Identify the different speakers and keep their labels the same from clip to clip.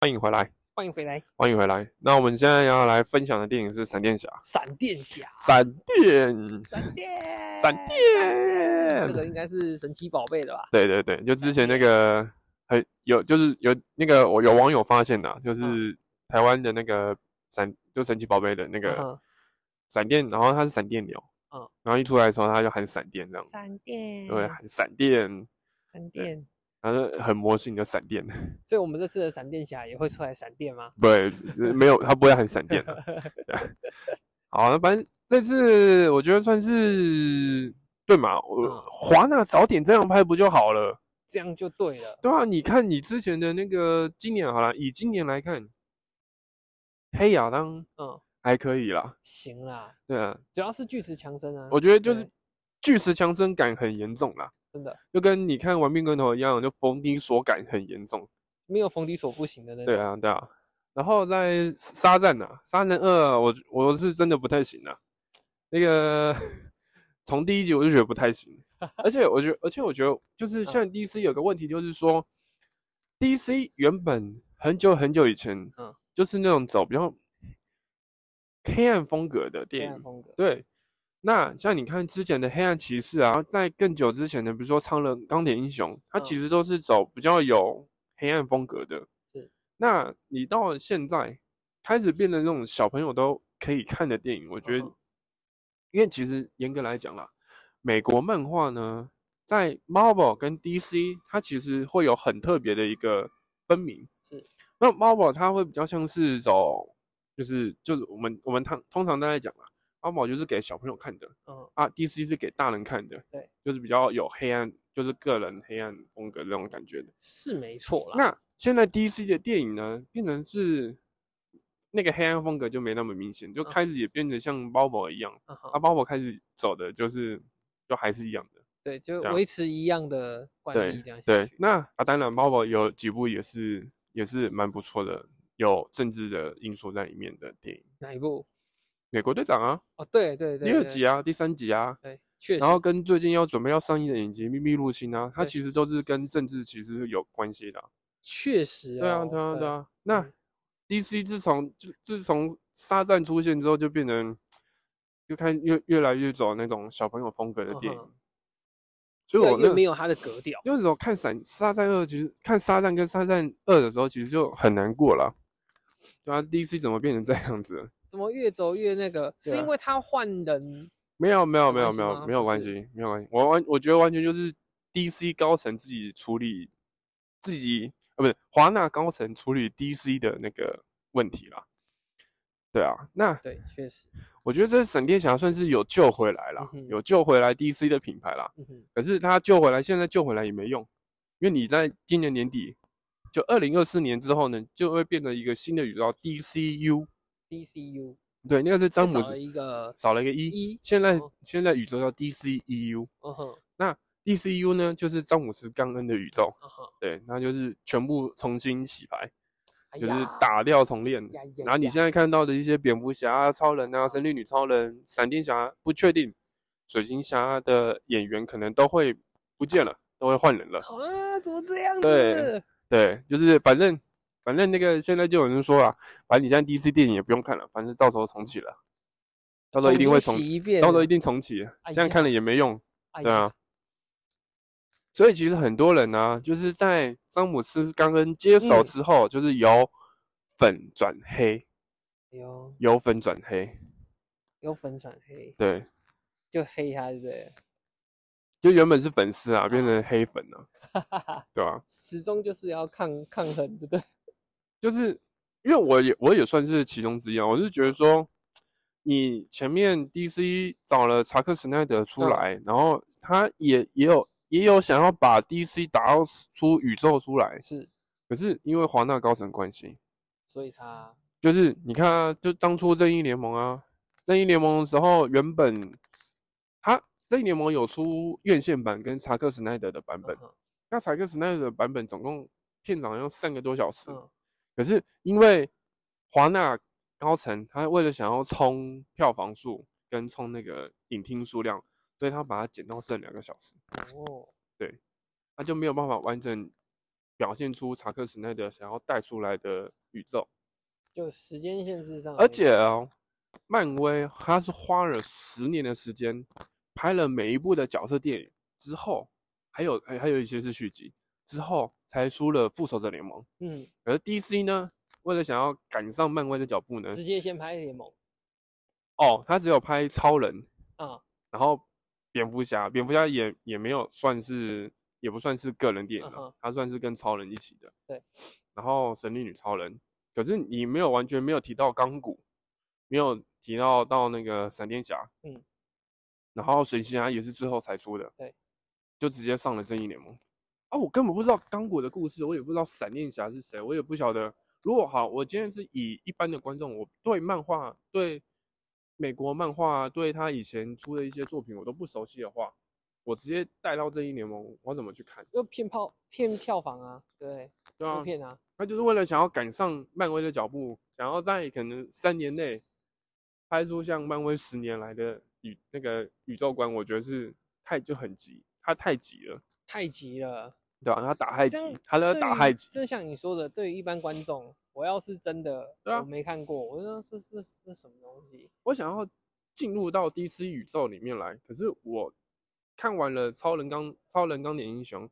Speaker 1: 欢迎回来，
Speaker 2: 欢迎回来，《
Speaker 1: 欢迎回来。那我们现在要来分享的电影是《闪电侠》。
Speaker 2: 闪电侠》
Speaker 1: 闪电，
Speaker 2: 闪电，
Speaker 1: 闪电
Speaker 2: 这个应该是神奇宝贝的吧？
Speaker 1: 对对对，就之前那个很有，就是有那个我有网友发现的、就是台湾的那个闪，就神奇宝贝的那个
Speaker 2: 嗯
Speaker 1: 闪电，然后它是闪电鸟，
Speaker 2: 嗯
Speaker 1: 然后一出来的时候它就喊闪电这样，
Speaker 2: 闪电，
Speaker 1: 对，喊闪电，
Speaker 2: 闪电。
Speaker 1: 然后就很魔性的闪电，
Speaker 2: 所以我们这次的闪电侠也会出来闪电吗？
Speaker 1: 不会，呃没有，它不会喊闪电的、 好，那反正这次我觉得算是对嘛，我
Speaker 2: 嗯
Speaker 1: 华纳早点这样拍不就好了？
Speaker 2: 这样就对了。
Speaker 1: 对啊，你看你之前的那个今年好了，以今年来看，黑亚当
Speaker 2: 嗯，
Speaker 1: 还可以啦。
Speaker 2: 行啦，
Speaker 1: 对啊，
Speaker 2: 主要是巨石强森啊，
Speaker 1: 我觉得就是
Speaker 2: 对
Speaker 1: 巨石强森感很严重啦，
Speaker 2: 真的
Speaker 1: 就跟你看《玩命关头》一样，就逢低锁感很严重。
Speaker 2: 没有逢低所不行的那
Speaker 1: 对
Speaker 2: 种。
Speaker 1: 啊，对啊。然后在沙赞呐、沙赞二，我我是真的不太行啊。那个 从第一集我就觉得不 太行，而且我觉得，而且我觉得
Speaker 2: 嗯
Speaker 1: 就是像 DC 有个问题，就是说、DC 原本很久很久以前，
Speaker 2: 嗯
Speaker 1: 就是那种走比较黑暗风格的
Speaker 2: 黑
Speaker 1: 电
Speaker 2: 暗
Speaker 1: 影，
Speaker 2: 风格，
Speaker 1: 对。那像你看之前的黑暗骑士啊，在更久之前的，比如说超人、钢铁英雄，它
Speaker 2: 嗯
Speaker 1: 其实都是走比较有黑暗风格的。
Speaker 2: 是。
Speaker 1: 那你到了现在开始变成那种小朋友都可以看的电影，我觉得，
Speaker 2: 嗯哼
Speaker 1: 因为其实严格来讲啦，美国漫画呢，在 Marvel 跟 DC 它其实会有很特别的一个分明。
Speaker 2: 是
Speaker 1: 那 Marvel 它会比较像是走，就是就是我们我们通通常都在讲啦。Marvel 就是给小朋友看的，
Speaker 2: 嗯
Speaker 1: 啊，DC 是给大人看的，
Speaker 2: 对，
Speaker 1: 就是比较有黑暗，就是个人黑暗风格那种感觉的。
Speaker 2: 是没错啦。
Speaker 1: 那现在 DC 的电影呢，变成是那个黑暗风格就没那么明显，就
Speaker 2: 嗯
Speaker 1: 开始也变得像包勃一样，
Speaker 2: 那
Speaker 1: 啊，包勃开始走的就是就还是一样的，
Speaker 2: 对，就
Speaker 1: 这样
Speaker 2: 维持一样的惯例
Speaker 1: 对
Speaker 2: 这样下
Speaker 1: 对
Speaker 2: 去。。
Speaker 1: 那啊，当然包勃有几部也是也是蛮不错的，有政治的因素在里面的电影，《
Speaker 2: 哪一部？
Speaker 1: 美国队长》啊，
Speaker 2: 哦，对对对，
Speaker 1: 第二
Speaker 2: 对
Speaker 1: 集，啊，第三集啊，
Speaker 2: 对，确实。
Speaker 1: 然后跟最近要准备要上映的影集《秘密入侵》啊，它
Speaker 2: 对
Speaker 1: 其实都是跟政治其实是有关系的啊、
Speaker 2: 确实哦、
Speaker 1: 对啊，对啊，对啊。那
Speaker 2: 嗯
Speaker 1: DC 自从就自从沙赞出现之后，就变成就看越越来越走那种小朋友风格的电
Speaker 2: 嗯
Speaker 1: 影
Speaker 2: 哼。
Speaker 1: 所以
Speaker 2: 越
Speaker 1: 我
Speaker 2: 来
Speaker 1: 那
Speaker 2: 越没有他的格调。
Speaker 1: 那时候看闪沙赞二，其实看沙赞跟沙赞二的时候，其实就很难过了。对啊，DC 怎么变成这样子了？
Speaker 2: 怎么越走越那个？
Speaker 1: 对
Speaker 2: 是因
Speaker 1: 啊
Speaker 2: 为他换人
Speaker 1: 没有没有
Speaker 2: 有
Speaker 1: 没有
Speaker 2: 关系
Speaker 1: 没有
Speaker 2: 吗
Speaker 1: 没有
Speaker 2: 不
Speaker 1: 关
Speaker 2: 是
Speaker 1: 系，没有关系。我完我觉得完全就是 DC 高层自己处理自己啊，不是华纳高层处理 DC 的那个问题啦。对啊，那
Speaker 2: 对，确实，
Speaker 1: 我觉得这闪电侠算是有救回来啦，
Speaker 2: 嗯哼
Speaker 1: 有救回来 DC 的品牌啦。
Speaker 2: 嗯哼，
Speaker 1: 可是他救回来，现在救回来也没用，因为你在今年年底，就二零二四年之后呢，就会变成一个新的语叫 DCU。
Speaker 2: DCU
Speaker 1: 对，那个
Speaker 2: 就
Speaker 1: 是詹姆
Speaker 2: 少了
Speaker 1: 斯
Speaker 2: 一个，
Speaker 1: 少了一个一、
Speaker 2: 一
Speaker 1: 现在、
Speaker 2: 哦
Speaker 1: 现在宇宙叫 DCEU。
Speaker 2: 嗯哼，
Speaker 1: 那 DCU 呢，就是詹姆斯·冈恩的宇宙，
Speaker 2: 嗯哼，
Speaker 1: 对，那就是全部重新洗牌，
Speaker 2: 哎
Speaker 1: 就是
Speaker 2: 呀，
Speaker 1: 打掉重练。
Speaker 2: 呀呀
Speaker 1: 然后你
Speaker 2: 呀
Speaker 1: 现在看到的一些蝙蝠侠啊、超人啊、神力女超人、闪电侠，不确定，水行侠的演员可能都会不见了，都会换人了。
Speaker 2: 啊，怎么这样
Speaker 1: 对
Speaker 2: 子？
Speaker 1: 对，就是反正反正那个现在就有人说啊，反正你现在 DC 电影也不用看了，反正到时候重启了，到时候一定会重
Speaker 2: 重，新洗一遍，
Speaker 1: 到时候一，定重启，
Speaker 2: 哎
Speaker 1: 现在
Speaker 2: 呀
Speaker 1: 看了也没用。
Speaker 2: 哎
Speaker 1: 对啊
Speaker 2: 呀，，
Speaker 1: 所以其实很多人呢、啊就是在詹姆斯·冈恩接
Speaker 2: 嗯
Speaker 1: 手之后，就是由粉转黑，
Speaker 2: 有
Speaker 1: 由粉转黑，
Speaker 2: 有粉转黑，
Speaker 1: 对，
Speaker 2: 就黑他，对不对？
Speaker 1: 就原本是粉丝啊，变成黑粉了、啊，
Speaker 2: 哈哈哈，
Speaker 1: 对啊，
Speaker 2: 始终就是要抗抗衡，对不 对？
Speaker 1: 就是因为我也我也算是其中之一啊，我是觉得说，你前面 DC 找了查克·史奈德出
Speaker 2: 嗯
Speaker 1: 来，然后他也也有也有想要把 DC 打造出宇宙出来，
Speaker 2: 是，
Speaker 1: 可是因为华纳高层关系，
Speaker 2: 所以他
Speaker 1: 就是你看啊，就当初正义联盟啊，正义联盟的时候，原本它正义联盟有出院线版跟查克·史奈德的版本
Speaker 2: 嗯，哼
Speaker 1: 那查克·史奈德的版本总共片长要三个多小时，
Speaker 2: 嗯
Speaker 1: 可是因为华纳高层他为了想要冲票房数跟冲那个影厅数量，所以他把它减到剩两个小时，
Speaker 2: 哦，
Speaker 1: 他就没有办法完整表现出查克·史奈德想要带出来的宇宙。
Speaker 2: 就时间限制上，
Speaker 1: 而且哦，漫威他是花了十年的时间拍了每一部的角色电影之后，还有还还有一些是续集之后才出了《复仇者联盟》。
Speaker 2: 嗯，
Speaker 1: 而 DC 呢，为了想要赶上漫威的脚步呢，
Speaker 2: 直接先拍联盟
Speaker 1: 哦，他只有拍超人，
Speaker 2: 啊，
Speaker 1: 然后蝙蝠侠，蝙蝠侠也也没有算是也不算是个人电影
Speaker 2: 嗯
Speaker 1: 了
Speaker 2: 哼，
Speaker 1: 他算是跟超人一起的。
Speaker 2: 对，
Speaker 1: 然后神力女超人，可是你没有完全没有提到钢骨，没有提到到那个闪电侠，
Speaker 2: 嗯，
Speaker 1: 然后神奇侠也是之后才出的，
Speaker 2: 对，
Speaker 1: 就直接上了正义联盟。啊，我根本不知道钢骨的故事，我也不知道闪电侠是谁，我也不晓得。如果好，我今天是以一般的观众，我对漫画、对美国漫画、对他以前出的一些作品我都不熟悉的话，我直接带到正义联盟，我怎么去看？
Speaker 2: 就骗炮骗票房啊，对不对，
Speaker 1: 对
Speaker 2: 不
Speaker 1: 啊，
Speaker 2: 骗啊，
Speaker 1: 他就是为了想要赶上漫威的脚步，想要在可能三年内拍出像漫威十年来的宇那个宇宙观，我觉得是太就很急，他太急了，
Speaker 2: 太急了。
Speaker 1: 对啊吧、他打太
Speaker 2: 这
Speaker 1: 极
Speaker 2: 样，
Speaker 1: 他在
Speaker 2: 对
Speaker 1: 打
Speaker 2: 于
Speaker 1: 太极，
Speaker 2: 这像你说的，对于一般观众，我要是真的、
Speaker 1: 对啊
Speaker 2: 我没看过，我说这是这是什么东西？
Speaker 1: 我想要进入到 DC 宇宙里面来，可是我看完了超人钢超人钢铁英雄，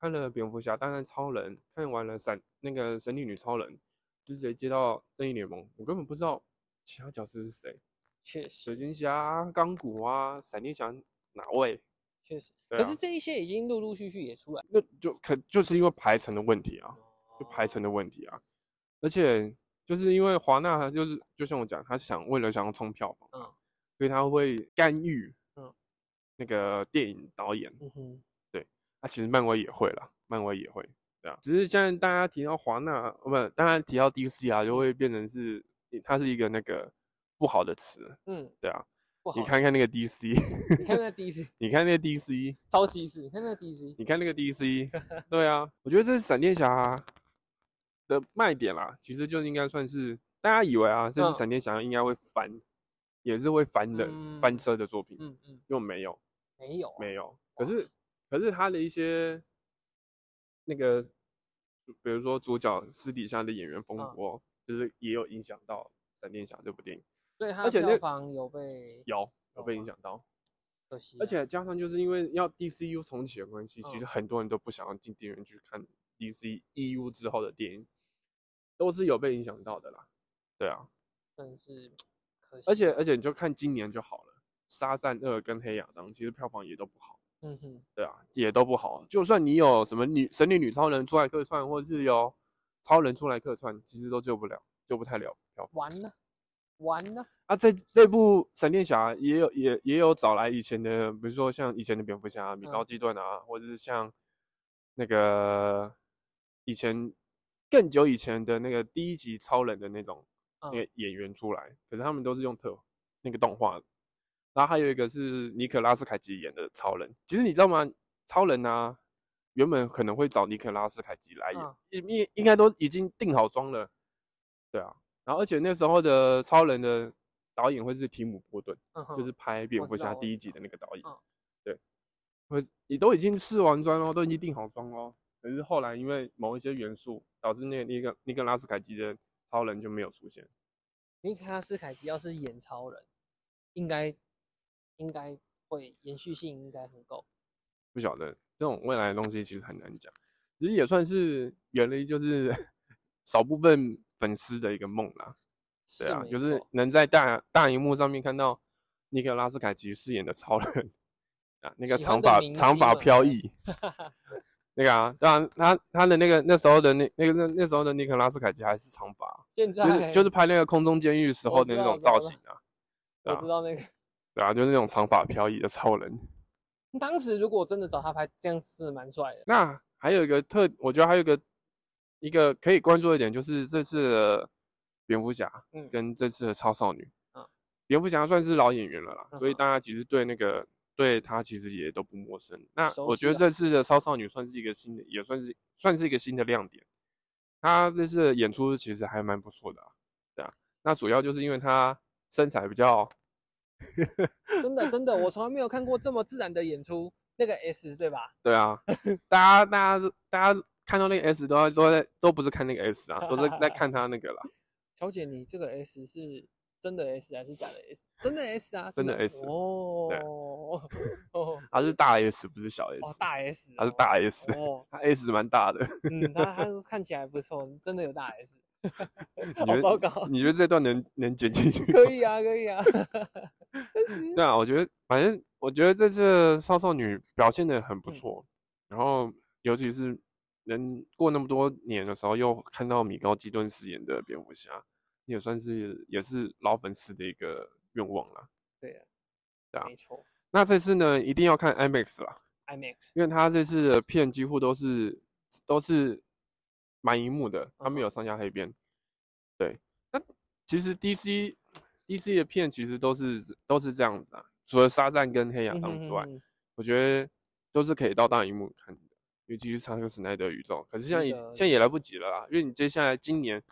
Speaker 1: 看了蝙蝠侠，当然超人，看完了闪那个神力女超人，就直接接到正义联盟，我根本不知道其他角色是谁，
Speaker 2: 确
Speaker 1: 水
Speaker 2: 实，
Speaker 1: 晶侠啊、钢骨啊、闪电侠哪位？
Speaker 2: 确实。
Speaker 1: 对
Speaker 2: 可
Speaker 1: 啊
Speaker 2: 是这一些已经陆陆续续也出来，
Speaker 1: 那就可就是因为排程的问题啊，就
Speaker 2: 哦
Speaker 1: 排程的问题啊，而且就是因为华纳他就是就像我讲，他想为了想要冲票房，
Speaker 2: 嗯
Speaker 1: 所以他会干预，
Speaker 2: 嗯
Speaker 1: 那个电影导演，
Speaker 2: 嗯哼，
Speaker 1: 那、其实漫威也会啦，漫威也会对啊，只是现在大家提到华纳，呃不，大家提到 DC 啊，就会变成是它是一个那个不好的词，
Speaker 2: 嗯，
Speaker 1: 对啊，
Speaker 2: 不好。
Speaker 1: 你，看看那个 DC，
Speaker 2: 你看那 DC
Speaker 1: 你看那个 DC，
Speaker 2: 超级市，你看那 DC
Speaker 1: 你看那 个 DC，对啊，我觉得这是闪电侠、的卖点啦，其实就应该算是大家以为啊，这
Speaker 2: 嗯
Speaker 1: 是闪电侠应该会翻，也是会翻的、翻
Speaker 2: 嗯
Speaker 1: 车的作品，
Speaker 2: 嗯嗯，
Speaker 1: 又没有
Speaker 2: 没有啊、
Speaker 1: 没有，可
Speaker 2: 哇
Speaker 1: 是可是他的一些那个，比如说主角私底下的演员风
Speaker 2: 嗯
Speaker 1: 波，就是也有影响到闪电侠这部电影，
Speaker 2: 所以它
Speaker 1: 而且
Speaker 2: 的
Speaker 1: 那
Speaker 2: 票房有被
Speaker 1: 有有
Speaker 2: 有
Speaker 1: 被影
Speaker 2: 吗
Speaker 1: 响到，
Speaker 2: 可惜啊、
Speaker 1: 而且加上就是因为要 DCU 重启的关系，其
Speaker 2: 嗯
Speaker 1: 实很多人都不想要进电影院去看 DCEU 之后的电影，都是有被影响到的啦。对啊，
Speaker 2: 真是可惜。
Speaker 1: 而且而且你就看今年就好了，《沙赞二》跟《黑亚当》其实票房也都不好，
Speaker 2: 嗯哼，
Speaker 1: 对啊，也都不好。就算你有什么女神力女超人出来客串，或是有超人出来客串，其实都救不了，救不太了票房。
Speaker 2: 完了，完了，
Speaker 1: 啊，这这部闪电侠也有也也有找来以前的，比如说像以前的蝙蝠侠、米
Speaker 2: 嗯
Speaker 1: 高基顿啊，或者是像那个以前更久以前的那个第一集超人的那种那
Speaker 2: 嗯
Speaker 1: 个演员出来，可是他们都是用特那个动画的。然后还有一个是尼可拉斯凯奇演的超人，其实你知道吗？超人啊，原本可能会找尼可拉斯凯奇来演
Speaker 2: 嗯，
Speaker 1: 应应、应该都已经定好妆了，对啊。然后而且那时候的超人的导演会是提姆波顿，
Speaker 2: 嗯哼，
Speaker 1: 就是拍蝙
Speaker 2: 我
Speaker 1: 蝠
Speaker 2: 知
Speaker 1: 侠
Speaker 2: 道我
Speaker 1: 第一
Speaker 2: 知
Speaker 1: 集
Speaker 2: 道
Speaker 1: 的那个导演
Speaker 2: 嗯，
Speaker 1: 对，会你都已经试完妆哦，都已经定好妆哦，可是后来因为某一些元素导致那个尼个尼可拉斯凯奇的超人就没有出现，
Speaker 2: 尼克拉斯凯奇要是演超人，应该应该会延续性应该很够。
Speaker 1: 不晓得这种未来的东西其实很难讲，其实也算是圆了，就是 少部分粉丝的一个梦啦。对啊，
Speaker 2: 没
Speaker 1: 就是
Speaker 2: 错
Speaker 1: 能在大大荧幕上面看到尼可拉斯凯奇饰演的超人啊，那个
Speaker 2: 喜
Speaker 1: 长
Speaker 2: 欢的
Speaker 1: 发
Speaker 2: 明
Speaker 1: 长
Speaker 2: 星
Speaker 1: 发
Speaker 2: 嘛
Speaker 1: 飘
Speaker 2: 对
Speaker 1: 逸，那个啊，当然他他的那个那时候的那那个那那时候的尼可拉斯凯奇还是长发，
Speaker 2: 现在
Speaker 1: 就是就是拍那个空中监狱时
Speaker 2: 我
Speaker 1: 候
Speaker 2: 知
Speaker 1: 的那
Speaker 2: 道
Speaker 1: 种
Speaker 2: 我知道
Speaker 1: 造
Speaker 2: 我知
Speaker 1: 型啊，对
Speaker 2: 我
Speaker 1: 啊
Speaker 2: 知道那个，
Speaker 1: 对啊，就是那种长发飘逸的超人。
Speaker 2: 当时如果真的找他拍，这样是蛮帅的。
Speaker 1: 那还有一个特，我觉得还有一个一个可以关注的点，就是这次的蝙蝠侠
Speaker 2: 嗯，
Speaker 1: 跟这次的超少女。
Speaker 2: 嗯
Speaker 1: 蝙蝠侠算是老演员了啦，所以
Speaker 2: 嗯哼
Speaker 1: 大家其实对那个对他其实也都不陌生。那
Speaker 2: 熟
Speaker 1: 我
Speaker 2: 悉啊
Speaker 1: 觉得
Speaker 2: 了
Speaker 1: 这次的超少女算是一个新的，也算是算是一个新的亮点。她这次的演出其实还蛮不错的、啊，对啊。那主要就是因为她身材比较
Speaker 2: 真的真的，我从来没有看过这么自然的演出。那个 S 对吧？
Speaker 1: 对啊，大家大家大家看到那个 S 都要都在都不是看那个 S 啊，都是在看他那个啦。
Speaker 2: 小姐，你这个 S 是真的 S 还是假的 S？真的 S 啊，
Speaker 1: 真的 S
Speaker 2: 哦哦
Speaker 1: 他是大 S 不是小 S，、
Speaker 2: 哦，大 S，
Speaker 1: 他是
Speaker 2: 哦
Speaker 1: 大 S，、
Speaker 2: 哦，
Speaker 1: 他 S 蛮大的。
Speaker 2: 嗯，他他看起来不错，真的有大 S，
Speaker 1: 你
Speaker 2: 好
Speaker 1: 觉得
Speaker 2: 糟糕
Speaker 1: 你觉得这段能能剪进去？
Speaker 2: 哦 可以啊，可以啊，
Speaker 1: 对啊，我觉得反正我觉得这次少少女表现的很不
Speaker 2: 嗯
Speaker 1: 错，然后尤其是能过那么多年的时候，又看到米高基顿饰演的蝙蝠侠，也算是也是老粉丝的一个愿望啦。
Speaker 2: 对啊，
Speaker 1: 对啊
Speaker 2: 没错
Speaker 1: 那这次呢，一定要看 IMAX 啦，
Speaker 2: ，IMAX，
Speaker 1: 因为他这次的片几乎都是都是满荧幕的，他没
Speaker 2: 嗯
Speaker 1: 有上下黑边。对，那其实 DC DC 的片其实都是都是这样子啊，除了沙赞跟黑亚当之外，
Speaker 2: 嗯哼哼哼
Speaker 1: 我觉得都是可以到大荧幕看的，尤其是查克·史奈德宇宙。可是现在
Speaker 2: 是
Speaker 1: 已
Speaker 2: 的
Speaker 1: 现在也来不及了啦，因为你接下来今年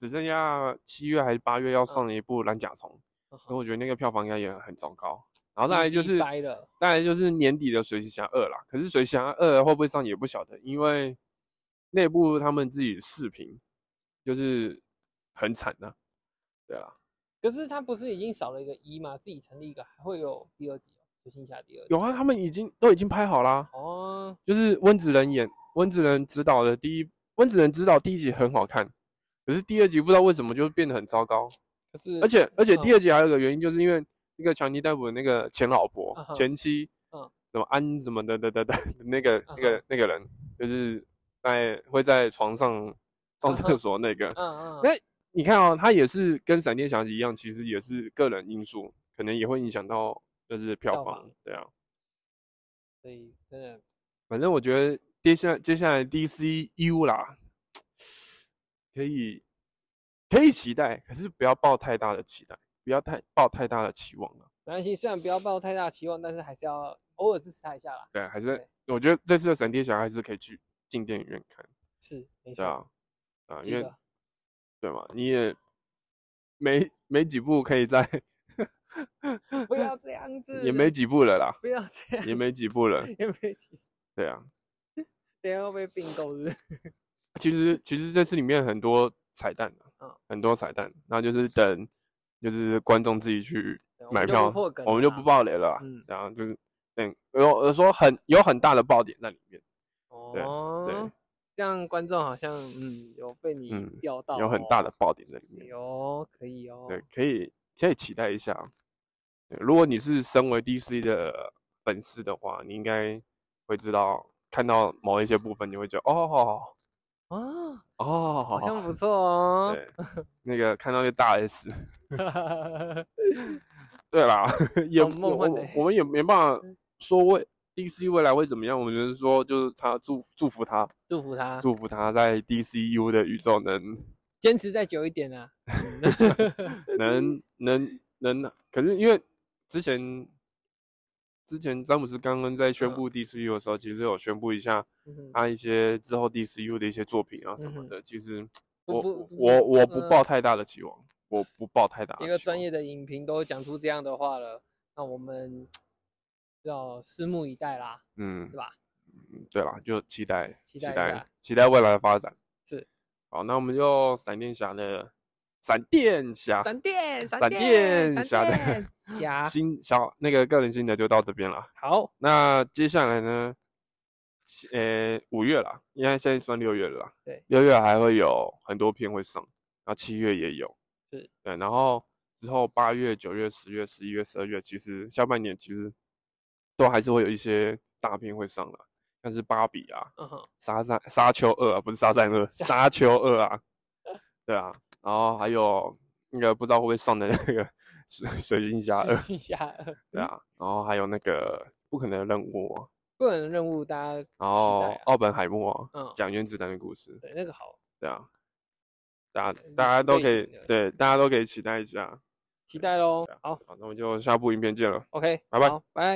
Speaker 1: 只剩下七月还是八月要上一部《蓝甲虫》，
Speaker 2: 嗯
Speaker 1: 所以
Speaker 2: 哼
Speaker 1: 我觉得那个票房应该也很糟糕。然后再来
Speaker 2: DC
Speaker 1: 就是，
Speaker 2: 掰了
Speaker 1: 再来就是年底的《水行侠二》啦。可是《水行侠二》会不会上也不晓得，因为内部他们自己视频就是很惨呐、对啊，
Speaker 2: 可是他不是已经少了一个一吗？自己成立一个，还会有第二集哦，水星侠第二集。
Speaker 1: 有啊，他们已经都已经拍好啦。
Speaker 2: 哦，
Speaker 1: 就是温子仁演温子仁执导的第一，温子仁执导第一集很好看，可是第二集不知道为什么就变得很糟糕。
Speaker 2: 可是
Speaker 1: 而且而且
Speaker 2: 嗯
Speaker 1: 第二集还有一个原因，就是因为那个强尼戴普的那个前老婆、
Speaker 2: 嗯哼
Speaker 1: 前妻，
Speaker 2: 嗯
Speaker 1: 什么安什么的的的的那个那
Speaker 2: 嗯
Speaker 1: 个那个人，就是在会在床上上厕所那个。
Speaker 2: 嗯嗯，
Speaker 1: 那你看哦，他也是跟闪电侠一样，其实也是个人因素，可能也会影响到就是票
Speaker 2: 票
Speaker 1: 房，
Speaker 2: 房
Speaker 1: 对啊。
Speaker 2: 所以真的
Speaker 1: 反正我觉得接下接下来 DCU 啦，可以可以期待，可是不要抱太大的期待，不要太抱太大的期望了。
Speaker 2: 没关系，虽然不要抱太大期望，但是还是要偶尔支持他一下啦。
Speaker 1: 对，还是我觉得这次的闪电侠还是可以去进电影院看，
Speaker 2: 是，没
Speaker 1: 对
Speaker 2: 错，
Speaker 1: 啊，啊，
Speaker 2: 记
Speaker 1: 因为
Speaker 2: 得
Speaker 1: 对嘛，你也没没几部可以在
Speaker 2: 不要这样子，
Speaker 1: 也没几部了啦，
Speaker 2: 不要这样，
Speaker 1: 也没几部了，
Speaker 2: 也没几，
Speaker 1: 对啊。
Speaker 2: 等一下会被并购是不是？
Speaker 1: 其实其实这次里面很多彩蛋的、
Speaker 2: 嗯
Speaker 1: 很多彩蛋，那就是等就是观众自己去
Speaker 2: 对
Speaker 1: 买
Speaker 2: 我们就
Speaker 1: 票，
Speaker 2: 不破梗了啦
Speaker 1: 我们就不爆雷了啦。
Speaker 2: 嗯
Speaker 1: 然后就是等有有说很有很大的爆点在里面，对
Speaker 2: 哦，这样观众好像嗯有被你
Speaker 1: 嗯
Speaker 2: 钓到，
Speaker 1: 有很大的，爆点在里面，
Speaker 2: 有可以哦，
Speaker 1: 对，可以可以期待一下。啊对，如果你是身为 DC 的粉丝的话，你应该会知道看到某一些部分，你会觉得哦
Speaker 2: 啊，
Speaker 1: 哦，
Speaker 2: 好像不错哦，
Speaker 1: 对，那个看到那大 S。对啦，也
Speaker 2: 好
Speaker 1: 不
Speaker 2: 哦梦
Speaker 1: 我
Speaker 2: 幻的嗯
Speaker 1: 们我们也没办法说未 DC 未来会怎么样，我们只是说就是他祝祝福他，
Speaker 2: 祝福他，
Speaker 1: 祝福他在 DCU 的宇宙能
Speaker 2: 坚持再久一点 啊。
Speaker 1: 能能能，可是因为之前之前詹姆斯刚刚在宣
Speaker 2: 嗯
Speaker 1: 布 DCU 的时候，其实有宣布一下
Speaker 2: 嗯哼
Speaker 1: 他一些之后 DCU 的一些作品啊什么
Speaker 2: 嗯哼
Speaker 1: 的，其实
Speaker 2: 不
Speaker 1: 我
Speaker 2: 不
Speaker 1: 我我不
Speaker 2: 嗯
Speaker 1: 抱太大的期望，我不抱太大的
Speaker 2: 一个
Speaker 1: 期
Speaker 2: 专
Speaker 1: 望
Speaker 2: 业的影评都讲出这样的话了，那我们要拭目以待啦，
Speaker 1: 嗯
Speaker 2: 是，吧？
Speaker 1: 嗯对啦，就期待
Speaker 2: 期待一下
Speaker 1: 期待未来的发展。
Speaker 2: 是，
Speaker 1: 好，那我们就闪电侠的闪电侠
Speaker 2: 闪电，闪
Speaker 1: 闪
Speaker 2: 电，
Speaker 1: 电
Speaker 2: 闪
Speaker 1: 侠的
Speaker 2: 电侠，
Speaker 1: 新小那个个人心得就到这边了。
Speaker 2: 好，
Speaker 1: 那接下来呢？七呃，五月啦，应该现在算六月了啦。
Speaker 2: 对，
Speaker 1: 六月还会有很多片会上，然后七月也有。
Speaker 2: 是，
Speaker 1: 对，然后之后八月、九月、十月、十一月、十二月，其实下半年其实都还是会有一些大片会上了，像是芭比啊，
Speaker 2: 嗯哼，
Speaker 1: 沙赞沙丘二啊，不是沙赞二，沙丘二 啊，对啊，然后还有那个不知道会不会上的那个 水水晶侠二，
Speaker 2: 一下
Speaker 1: 对啊，然后还有那个不可能的任务啊，
Speaker 2: 个人任务，大家期
Speaker 1: 然后
Speaker 2: 待啊，
Speaker 1: 哦奥本海默啊，
Speaker 2: 嗯，
Speaker 1: 讲原子弹的故事，
Speaker 2: 对，那个好，
Speaker 1: 对啊，大家
Speaker 2: 历
Speaker 1: 大家
Speaker 2: 史
Speaker 1: 都
Speaker 2: 背
Speaker 1: 可以
Speaker 2: 景呃的
Speaker 1: 对，大家都可以期待一下。
Speaker 2: 期待喽
Speaker 1: 对啊，
Speaker 2: 好
Speaker 1: 好，那我们就下部影片见了。
Speaker 2: ，OK，
Speaker 1: 拜拜
Speaker 2: 好，拜。